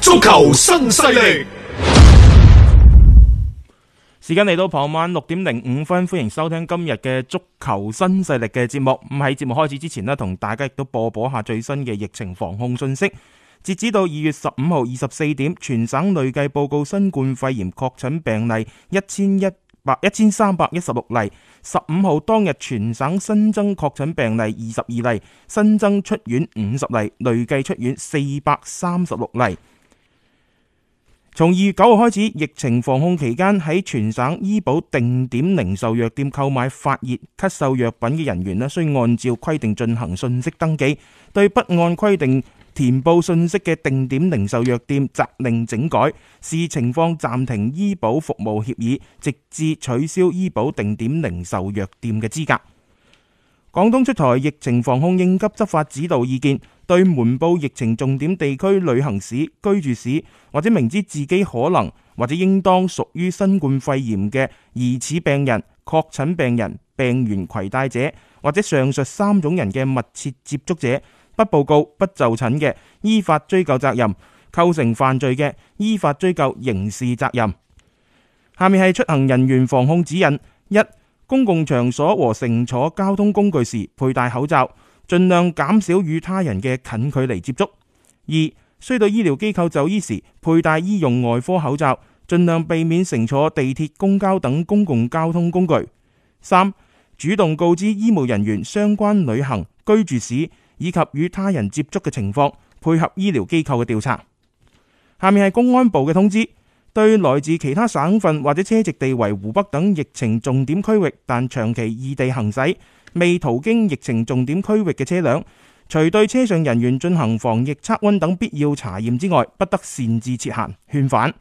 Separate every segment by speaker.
Speaker 1: 足球新勢力。
Speaker 2: 時間嚟到傍晚六點零五分，歡迎收聽今日嘅足球新勢力嘅節目。咁喺節目開始之前呢，同大家亦都播報下最新嘅疫情防控信息。截止到二月十五號二十四點，全省累計報告新冠肺炎確診病例一千一百一千三百一十六例。十五號當日全省新增確診病例二十二例，新增出院五十例，累計出院四百三十六例。從二月九號開始，疫情防控期間喺全省醫保定點零售藥店購買發熱、咳嗽藥品嘅人員呢，需按照規定進行信息登記；對不按規定填報信息嘅定點零售藥店，責令整改，視情況暫停醫保服務協議，直至取消醫保定點零售藥店嘅資格。廣東出台疫情防控應急執法指導意見，對瞞報疫情重點地區旅行史、居住史或者明知自己可能或者應當屬於新冠肺炎嘅疑似病人、確診病人、病原攜帶者或者上述三種人嘅密切接觸者，不報告、不就診嘅，依法追究責任；構成犯罪嘅，依法追究刑事責任。下面係出行人員防控指引：一、公共場所和乘坐交通工具時佩戴口罩，盡量減少與他人嘅近距離接觸。二、需到醫療機構就醫時佩戴醫用外科口罩，盡量避免乘坐地鐵、公交等公共交通工具。三、主動告知醫務人員相關旅行、居住史以及與他人接觸嘅情況，配合醫療機構嘅調查。下面係公安部嘅通知。對來自其他省份或者車籍地為湖北等疫情重點區域，但長期異地行駛、未途經疫情重點區域嘅車輛，除對車上人員進行防疫測溫等必要查驗之外，不得擅自設限、勸返。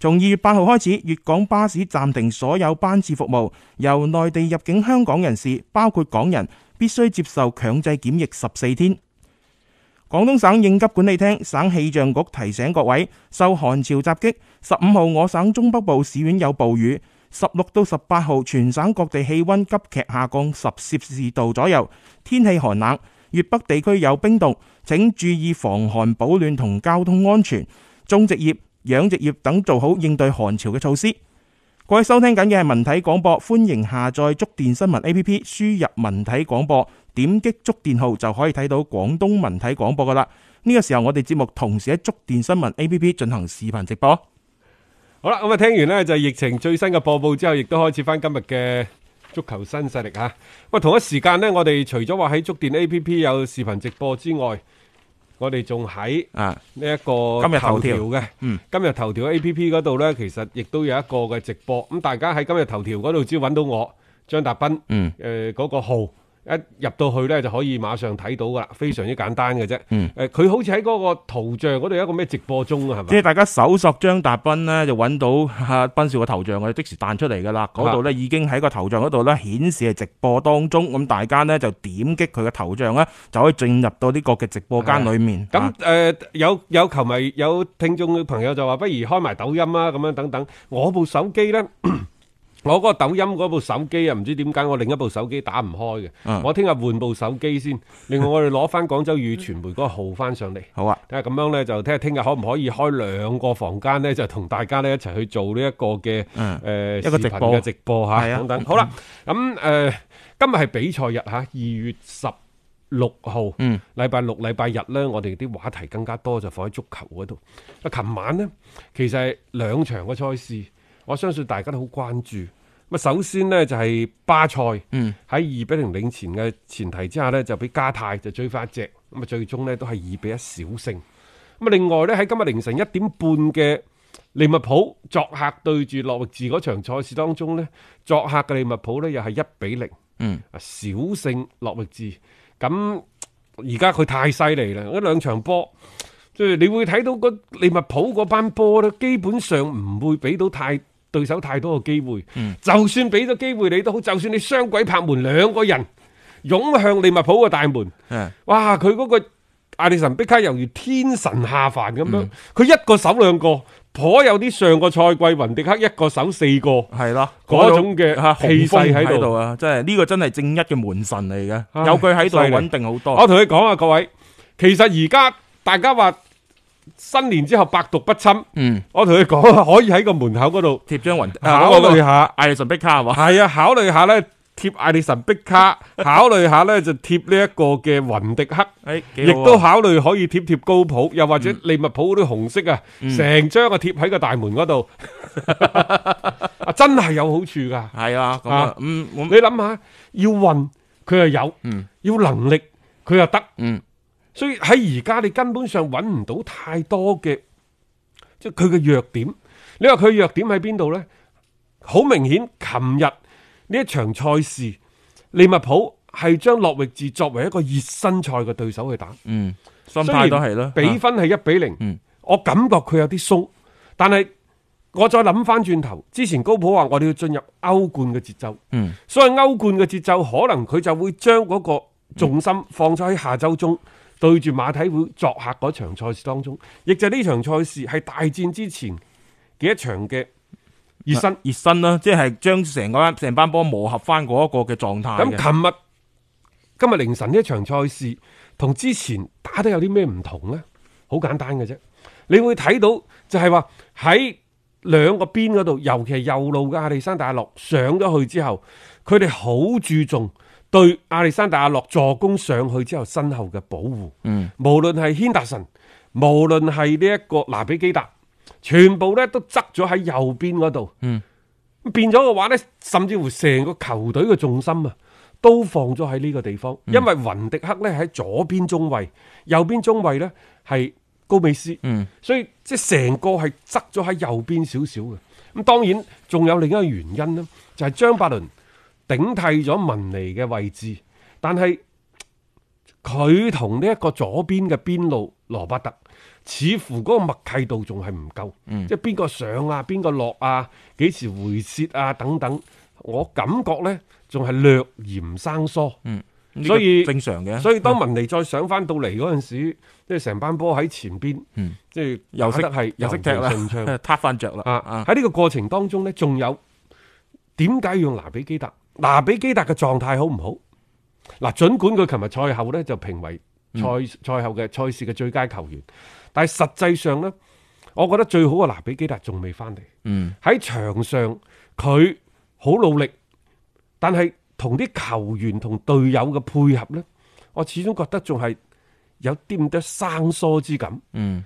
Speaker 2: 從二月八號開始，粵港巴士暫停所有班次服務，由內地入境香港人士，包括港人，必須接受強制檢疫十四天。廣東省應急管理廳、省氣象局提醒各位，受寒潮襲擊，十五號我省中北部市縣有暴雨，十六到十八號全省各地氣温急劇下降十攝氏度左右，天氣寒冷，粵北地區有冰凍，請注意防寒保暖同交通安全，種植業、養殖業等做好應對寒潮嘅措施。各位收聽緊嘅係文體廣播，歡迎下載觸電新聞 A P P，輸入文體廣播，點擊觸電號就可以睇到廣東文體廣播噶啦。呢、個時候我哋節目同時喺觸電新聞 A P P 進行視頻直播。
Speaker 3: 好啦，咁啊，聽完呢就係疫情最新嘅播報之後，亦都開始翻今日嘅足球新勢力吓。喂，同一時間呢，我哋除咗話喺觸電 A P P 有視頻直播之外，我哋仲喺
Speaker 2: 啊，
Speaker 3: 呢一個
Speaker 2: 今日頭條
Speaker 3: 條嘅，
Speaker 2: 嗯，
Speaker 3: 今日頭條 A P P 嗰度呢，其實亦都有一個嘅直播。咁大家喺今日頭條嗰度只要揾到我張達斌，
Speaker 2: 嗯，
Speaker 3: 呃誒嗰、個號一入到去呢，就可以馬上睇到噶啦，非常之簡單嘅啫。
Speaker 2: 嗯
Speaker 3: 誒佢、好似喺嗰個圖像嗰度有一個咩直播中啊，係
Speaker 2: 即係
Speaker 3: 咪？
Speaker 2: 大家搜索張達斌呢，就揾到阿斌少嘅頭像，我哋即時彈出嚟噶啦。嗰度呢已經喺個頭像嗰度呢顯示係直播當中，咁大家呢就點擊佢嘅頭像呢，就可以進入到呢個嘅直播間裏面。
Speaker 3: 咁
Speaker 2: 啊
Speaker 3: 誒、有有球迷有聽眾嘅朋友就話，不如開埋抖音啦，咁樣等等。我部手機呢， 我嗰個抖音嗰部手機啊，唔知點解我另一部手機打唔開嘅。
Speaker 2: 嗯
Speaker 3: 我聽日換部手機先。另外我哋攞翻廣州語傳媒嗰個號翻上嚟。
Speaker 2: 好啊，
Speaker 3: 睇下咁樣呢，就睇下聽日可唔可以開兩個房間呢？就同大家呢一齊去做呢一個嘅誒、
Speaker 2: 嗯
Speaker 3: 呃、
Speaker 2: 一個
Speaker 3: 視
Speaker 2: 直
Speaker 3: 頻
Speaker 2: 播
Speaker 3: 嘅直播嚇、
Speaker 2: 係啊
Speaker 3: 等等。好啦，咁誒、呃今日係比賽日嚇，二月十六號，
Speaker 2: 嗯
Speaker 3: 禮拜六、禮拜日呢，我哋啲話題更加多就放喺足球嗰度。啊，琴晚呢，其實係兩場嘅賽事，我相信大家都好關注。咁啊，首先呢，就係巴塞，
Speaker 2: 嗯，
Speaker 3: 喺二比零領前嘅前提之下呢，就俾加泰就追翻一隻，咁啊最終呢都係二比一小勝。咁啊，另外呢，喺今日凌晨一點半嘅利物浦作客對住諾域治嗰場賽事當中呢，作客嘅利物浦呢又係一比零，
Speaker 2: 嗯，
Speaker 3: 啊小勝諾域治。咁而家佢太犀利啦，嗰兩場波。即係你會睇到嗰利物浦嗰班波咧，基本上唔會俾到太對手太多嘅機會。就算俾咗機會你都好，就算你雙鬼拍門兩個人湧向利物浦嘅大門，
Speaker 2: 嗯
Speaker 3: 哇！佢嗰個艾利神碧卡猶如天神下凡咁
Speaker 2: 嗯
Speaker 3: 樣，佢、一個手兩個，頗有啲上個賽季雲迪克一個手四個。
Speaker 2: 係咯，
Speaker 3: 嗰種嘅
Speaker 2: 嚇
Speaker 3: 氣勢
Speaker 2: 雄風
Speaker 3: 喺度
Speaker 2: 度啊，真係呢個真係正一嘅門神嚟
Speaker 3: 唉
Speaker 2: 嘅，有佢喺度啊
Speaker 3: 犀利
Speaker 2: 穩定好多。
Speaker 3: 我同你講啊，各位，其實而家大家話新年之後百毒不侵，
Speaker 2: 嗯，
Speaker 3: 我同你講啊，可以喺個門口嗰度
Speaker 2: 貼張雲啊
Speaker 3: 考慮
Speaker 2: 嗰個
Speaker 3: 下。
Speaker 2: 艾利神碧卡係嘛？
Speaker 3: 系啊，考慮下咧貼艾利神碧 卡，考慮下咧就貼呢一個嘅雲迪克，
Speaker 2: 誒，哎幾
Speaker 3: 亦
Speaker 2: 好喎啊
Speaker 3: 都考慮可以貼貼高普，又或者利物浦嗰啲紅色啊，成張啊貼喺個大門嗰度，啊真係有好處噶。
Speaker 2: 係啊，咁啊
Speaker 3: 啊，
Speaker 2: 嗯，我
Speaker 3: 你諗下，要運佢又有，要能力佢又得，
Speaker 2: 嗯
Speaker 3: 所以喺而家你根本上揾唔到太多嘅，即係佢嘅弱點。你話佢嘅弱點喺邊度呢？好明顯，琴日呢一場賽事，利物浦係將諾域治作為一個熱身賽嘅對手去打，
Speaker 2: 嗯，心
Speaker 3: 雖然
Speaker 2: 態都係咯，
Speaker 3: 比分係一比零、
Speaker 2: 啊嗯
Speaker 3: 我感覺佢有啲鬆，但係我再諗翻轉頭，之前高普話我哋要進入歐冠嘅節奏。
Speaker 2: 嗯
Speaker 3: 所以歐冠嘅節奏可能佢就會將嗰個重
Speaker 2: 嗯
Speaker 3: 心放咗喺下週中對住馬體會作客嗰場賽事當中，亦就係呢場賽事係大戰之前嘅一場嘅熱身。
Speaker 2: 熱身啦，即係將成個班成班波磨合翻嗰一個嘅狀態
Speaker 3: 咁
Speaker 2: 嘅。
Speaker 3: 琴日今日凌晨呢一場賽事同之前打得有啲咩唔同呢？好簡單嘅啫，你會睇到就係話喺兩個邊嗰度，尤其係右路嘅亞歷山大阿洛上咗去之後，佢哋好注重對亞歷山大阿洛助攻上去之後身後嘅保護。
Speaker 2: 嗯，
Speaker 3: 無論係軒達臣，無論係呢一個拿比基達，全部咧都側咗喺右邊嗰度。
Speaker 2: 嗯，
Speaker 3: 變咗嘅話咧，甚至乎成個球隊嘅重心啊，都放咗喺呢個地方，因為雲迪克咧喺左邊中衞，右邊中衞咧係高美斯。
Speaker 2: 嗯，
Speaker 3: 所以即係成個係側咗喺右邊少少嘅。咁當然仲有另一個原因呢，就係、張伯倫頂替咗文尼嘅位置，但係佢同呢一個左邊嘅邊路羅伯特，似乎嗰個默契度仲係唔夠，
Speaker 2: 嗯
Speaker 3: 即係邊個上啊，邊個落啊，幾時回撤啊等等，我感覺呢，仲係略嫌生疏。
Speaker 2: 呢個
Speaker 3: 所以
Speaker 2: 正常嘅，
Speaker 3: 所以當文尼再上翻到嚟嗰陣時，即係成班波喺前邊，
Speaker 2: 嗯
Speaker 3: 即係
Speaker 2: 又識
Speaker 3: 打得係
Speaker 2: 又識踢啦
Speaker 3: 順暢，
Speaker 2: 挞翻着啦。
Speaker 3: 啊！喺呢個過程當中呢，仲有點解要用拿比基達？拿比基達嘅狀態好唔好？嗱，儘管佢琴日賽後呢就評為賽、賽後嘅賽事嘅最佳球員，但係實際上呢，我覺得最好嘅拿比基達仲未翻嚟。
Speaker 2: 嗯
Speaker 3: 喺場上佢好努力，但係同啲球員同隊友嘅配合呢，我始終覺得仲係有啲咁多生疏之感，
Speaker 2: 嗯，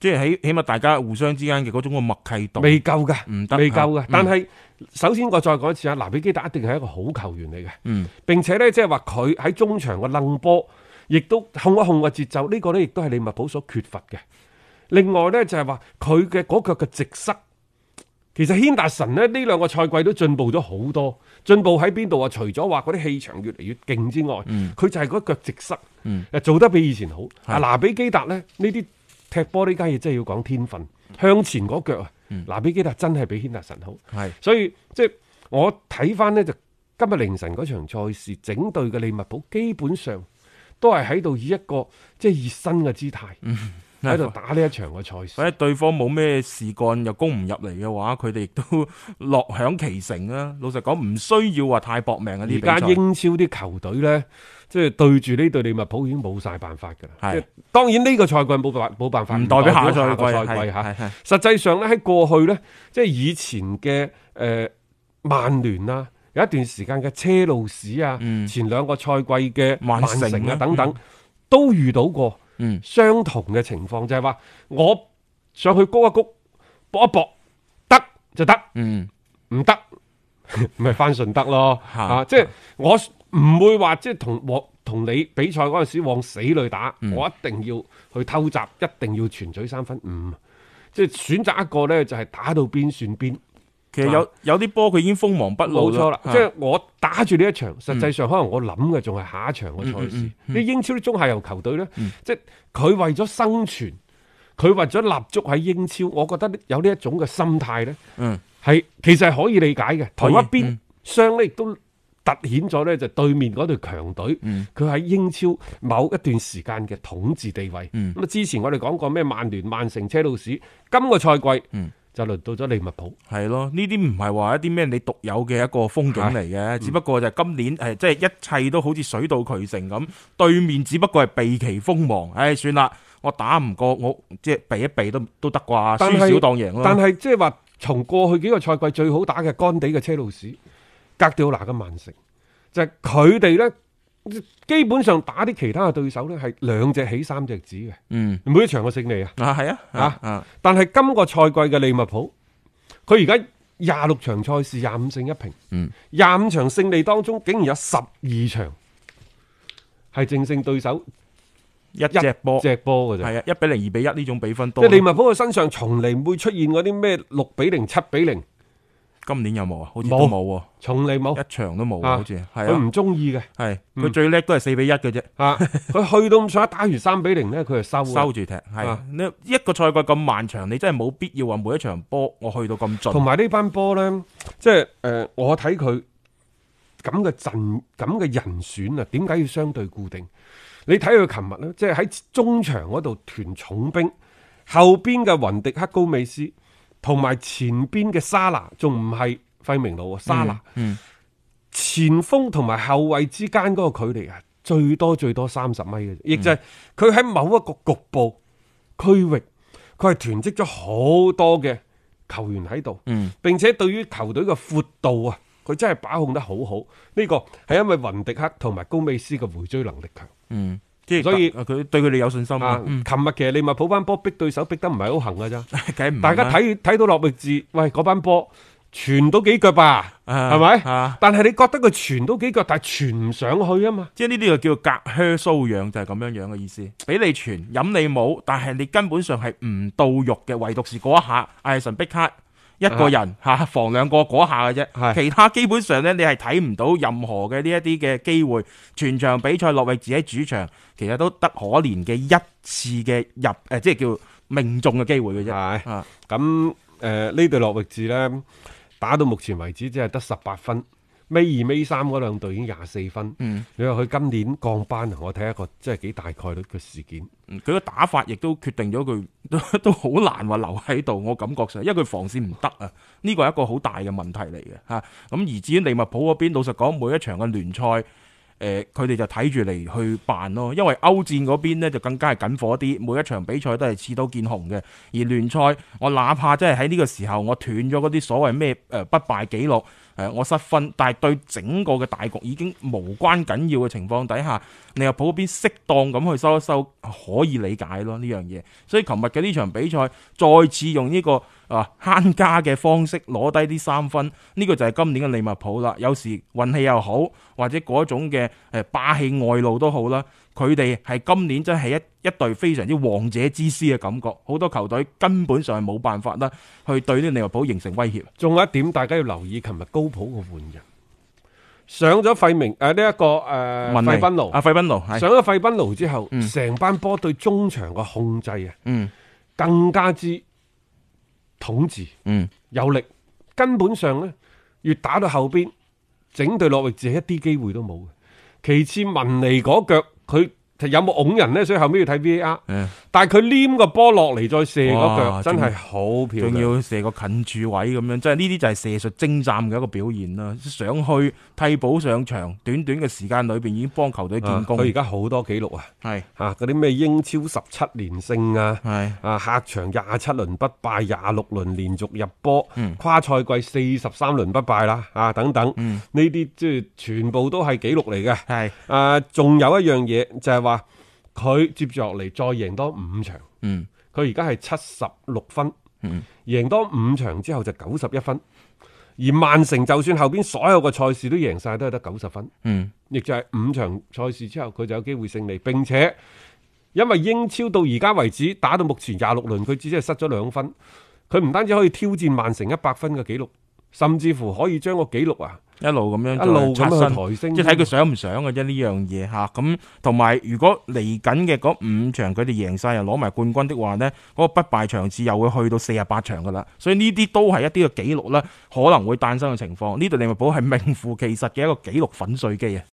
Speaker 2: 即係起起碼大家互相之間嘅嗰種嘅默契度。
Speaker 3: 未夠㗎，
Speaker 2: 唔得
Speaker 3: 未夠㗎
Speaker 2: 啊。
Speaker 3: 但係首先我再講一次啊，拿比基達一定係一個好球員嚟嘅，
Speaker 2: 嗯
Speaker 3: 並且呢，即係話佢喺中場嘅楞波，亦都控一控個節奏，呢、個呢，亦都係利物浦所缺乏嘅。另外呢，就係話佢嘅嗰腳嘅直塞，其實軒達臣呢，呢兩個賽季都進步咗好多。進步喺邊度啊？除咗話嗰啲氣場越嚟越勁之外，佢、就係嗰腳直塞，
Speaker 2: 嗯
Speaker 3: 誒做得比以前好。啊，拿比基達呢，呢啲踢波呢家嘢真係要講天分，向前嗰腳啊，
Speaker 2: 嗯
Speaker 3: 拿比基達真係比軒達臣好。
Speaker 2: 係
Speaker 3: 所以即係我睇翻呢，就今日凌晨嗰場賽事，整隊嘅利物浦基本上都係喺度以一個即係熱身嘅姿態 喺 度打呢一場嘅賽事。
Speaker 2: 嗯或者對方冇咩事幹又攻唔入嚟嘅話，佢哋亦 都樂享其成啦。老實講，唔需要話太搏命啊！呢啲
Speaker 3: 而
Speaker 2: 比賽
Speaker 3: 家英超啲球隊呢，即係對住呢隊利物浦已經冇晒辦法㗎啦。
Speaker 2: 係
Speaker 3: 即係當然呢個賽季冇辦法冇辦法，
Speaker 2: 唔代表下賽季
Speaker 3: 個賽季
Speaker 2: 係
Speaker 3: 嚇
Speaker 2: 係係。
Speaker 3: 實際上呢，喺過去呢，即係以前嘅誒、呃曼聯啊，有一段時間嘅車路士啊，
Speaker 2: 嗯
Speaker 3: 前兩個賽季嘅
Speaker 2: 曼
Speaker 3: 曼
Speaker 2: 城啊
Speaker 3: 城啊等
Speaker 2: 嗯
Speaker 3: 等，都遇到過
Speaker 2: 嗯
Speaker 3: 相同嘅情況，就係話我上去高一谷搏一搏得就得，
Speaker 2: 嗯，
Speaker 3: 唔得 咪翻順德咯。
Speaker 2: 嚇
Speaker 3: 啊，即係我唔會話即係同往同你比賽嗰陣時往死裏打，
Speaker 2: 嗯
Speaker 3: 我一定要去偷襲，一定要全取三分五。即係選擇一個呢，就係、打到邊算邊。
Speaker 2: 其實有有啲波佢已經鋒芒不
Speaker 3: 冇
Speaker 2: 露啊
Speaker 3: 錯啦，
Speaker 2: 嚇嗯
Speaker 3: 即係我打住呢一場，實際上可能我諗嘅仲係下一場嘅賽事。啲英超啲中下游球隊呢，
Speaker 2: 嗯
Speaker 3: 即係佢為咗生存，佢為咗立足喺英超，我覺得有呢一種嘅心態呢，
Speaker 2: 嗯
Speaker 3: 係其實係可以理解嘅。
Speaker 2: 可以嗯
Speaker 3: 同一邊雙呢亦都凸顯咗呢，就對面嗰隊強隊，
Speaker 2: 嗯
Speaker 3: 佢喺英超某一段時間嘅統治地位。
Speaker 2: 嗯
Speaker 3: 咁啊，之前我哋講過咩曼聯、曼城、車路士，今個賽季
Speaker 2: 嗯
Speaker 3: 就輪到咗利物浦。
Speaker 2: 係咯，呢啲唔係話一啲咩你獨有嘅一個風景嚟
Speaker 3: 啊
Speaker 2: 嘅，只不過就係今年誒，即係一切都好似水到渠成咁，對面只不過係避其鋒芒，唉，算啦，我打唔過，我即係避一避都都得啩，
Speaker 3: 但
Speaker 2: 輸
Speaker 3: 係
Speaker 2: 少當贏咯。
Speaker 3: 但係即係話，從過去幾個賽季最好打嘅干地嘅車路士、格調拿嘅曼城，就係佢哋呢，基本上打啲其他嘅對手呢，係兩隻起三隻止嘅，
Speaker 2: 嗯
Speaker 3: 每一場嘅勝利啊！
Speaker 2: 啊係啊啊啊
Speaker 3: 但係今個賽季嘅利物浦，佢而家廿六場賽事廿五勝一平，
Speaker 2: 嗯
Speaker 3: 廿五場勝利當中竟然有十二場係正勝對手
Speaker 2: 一隻波
Speaker 3: 隻波嘅啫。
Speaker 2: 係啊，一比零、二比一呢種比分
Speaker 3: 即
Speaker 2: 多
Speaker 3: 係
Speaker 2: 咯。
Speaker 3: 利物浦嘅身上從嚟唔會出現嗰啲咩六比零、七比零，
Speaker 2: 今年有冇啊？好似都
Speaker 3: 冇
Speaker 2: 冇
Speaker 3: 從嚟冇
Speaker 2: 喎，一。場都冇
Speaker 3: 啊
Speaker 2: 啊，好似係
Speaker 3: 佢
Speaker 2: 啊，
Speaker 3: 唔中意嘅
Speaker 2: 係佢
Speaker 3: 嗯
Speaker 2: 最叻都係四比一嘅啫。
Speaker 3: 啊！佢去到咁上下打完三比零呢，佢就收
Speaker 2: 收
Speaker 3: 收，
Speaker 2: 住踢，係
Speaker 3: 啊
Speaker 2: 你一個賽季咁漫長，你真係冇必要話每一場波我去到咁
Speaker 3: 同
Speaker 2: 盡。
Speaker 3: 埋呢班波呢，即係誒、呃我睇佢咁嘅陣咁嘅人選啊，點解要相對固定？你睇佢琴日呢，即係喺中場嗰度團重兵，後邊嘅雲迪克高美斯同埋前邊嘅沙拿，仲唔係費明路啊？沙拿、
Speaker 2: 嗯
Speaker 3: 前鋒同埋後衞之間嗰個距離啊，最多最多三十米嘅
Speaker 2: 嗯
Speaker 3: 啫，亦就係佢喺某一個局部區域，佢係囤積咗好多嘅球員喺度，
Speaker 2: 嗯
Speaker 3: 並且對於球隊嘅闊度啊，佢真係把控得好好。呢、個係因為雲迪克同埋高美斯嘅回追能力強。
Speaker 2: 嗯，即係
Speaker 3: 所以
Speaker 2: 特佢對佢哋有信心
Speaker 3: 啊
Speaker 2: 啊！嗯，
Speaker 3: 琴日其實利物浦班波逼對手逼得唔係好行啊㗎咋，
Speaker 2: 梗係唔係啦
Speaker 3: 大家睇睇到諾域治，喂嗰班波傳到幾腳吧，
Speaker 2: 啊
Speaker 3: 係咪？
Speaker 2: 啊
Speaker 3: 但係你覺得佢傳到幾腳，但係傳唔上去啊嘛。
Speaker 2: 即係呢啲就叫隔靴搔癢，就係咁樣樣嘅意思。俾你傳，飲你冇，但係你根本上係唔到肉嘅，唯獨是嗰一下艾神逼卡一個人 嚇、防兩個嗰下嘅啫，
Speaker 3: 係
Speaker 2: 其他基本上呢，你係睇唔到任何嘅呢一啲嘅機會。全場比賽落域自己主場，其實都得可憐嘅一次嘅入誒、呃即係叫命中嘅機會嘅啫。
Speaker 3: 係
Speaker 2: 啊
Speaker 3: 咁誒呢隊諾域治呢，打到目前為止只係得十八分，尾二尾三嗰兩隊已經廿四分。
Speaker 2: 嗯
Speaker 3: 你話佢今年降班啊，我睇一個即係幾大概率嘅事件。
Speaker 2: 嗯佢個打法亦都決定咗佢 都都好難話留喺度，我感覺上，因為佢防線唔得啊，呢個係一個好大嘅問題嚟嘅嚇。咁而至於利物浦嗰邊，老實講，每一場嘅聯賽，誒呃佢哋就睇住嚟去辦咯。因為歐戰嗰邊呢就更加係緊火啲，每一場比賽都係刺刀見紅嘅。而聯賽，我哪怕真係喺呢個時候我斷咗嗰啲所謂咩誒不敗紀錄，誒我失分，但係對整個嘅大局已經無關緊要嘅情況底下，利物浦嗰邊適當咁去收一收，可以理解咯呢樣嘢。所以琴日嘅呢場比賽，再次用呢、個啊慳家嘅方式攞低啲三分，呢、個就係今年嘅利物浦啦。有時運氣又好，或者嗰種嘅誒霸氣外露都好啦，佢哋係今年真係一一隊非常之王者之師嘅感覺。好多球隊根本上係冇辦法啦，去對呢個利物浦形成威脅。
Speaker 3: 仲有一點，大家要留意，琴日高普嘅換人上咗費明誒呢一個誒、呃、
Speaker 2: 文尼
Speaker 3: 費賓奴，
Speaker 2: 啊，費賓奴係
Speaker 3: 上咗費賓奴之後
Speaker 2: 嗯，
Speaker 3: 成、班波對中場嘅控制啊，
Speaker 2: 嗯
Speaker 3: 更加之統治。
Speaker 2: 嗯
Speaker 3: 有力，根本上呢，越打到後邊，整隊諾域治係一啲機會都冇嘅。其次，文尼嗰腳佢有冇拱人呢？所以後尾要睇 VAR。
Speaker 2: 誒。
Speaker 3: 但係佢黏個波落嚟再射嗰
Speaker 2: 嗯
Speaker 3: 腳，
Speaker 2: 哇
Speaker 3: 真係好漂
Speaker 2: 仲
Speaker 3: 亮。
Speaker 2: 要射個近柱位咁樣，即係呢啲就係射術精湛嘅一個表現啦。上去替補上場，短短嘅時間裏邊已經幫球隊建
Speaker 3: 啊
Speaker 2: 功。
Speaker 3: 佢而家好多紀錄啊！
Speaker 2: 係
Speaker 3: 嚇嗰啲咩英超十七連勝啊！
Speaker 2: 係
Speaker 3: 啊，客場廿七輪不敗，廿六輪連續入波，
Speaker 2: 嗯
Speaker 3: 跨賽季四十三輪不敗啦，啊等等，
Speaker 2: 嗯
Speaker 3: 呢啲即係全部都係紀錄嚟嘅。
Speaker 2: 係
Speaker 3: 啊，仲有一樣嘢就係話佢接住落嚟再贏多五場，
Speaker 2: 嗯
Speaker 3: 佢而家係七十六分，
Speaker 2: 嗯
Speaker 3: 贏多五場之後就九十一分。而曼城就算後邊所有嘅賽事都贏晒，都係得九十分，
Speaker 2: 嗯，
Speaker 3: 亦就係五場賽事之後佢就有機會勝利。並且因為英超到而家為止打到目前廿六輪，佢只係失咗兩分，佢唔單止可以挑戰曼城一百分嘅紀錄，甚至乎可以將個紀錄啊
Speaker 2: 一路咁樣
Speaker 3: 一路
Speaker 2: 再
Speaker 3: 咁
Speaker 2: 刷新
Speaker 3: 樣去抬升。
Speaker 2: 即係睇佢想唔想嘅啫呢樣嘢吓，咁同埋如果嚟緊嘅嗰五場佢哋贏晒又攞埋冠軍的話呢嗰、個不敗場次又會去到四十八場噶啦，所以呢啲都係一啲嘅紀錄啦，可能會誕生嘅情況。呢度利物浦係名副其實嘅一個紀錄粉碎機啊！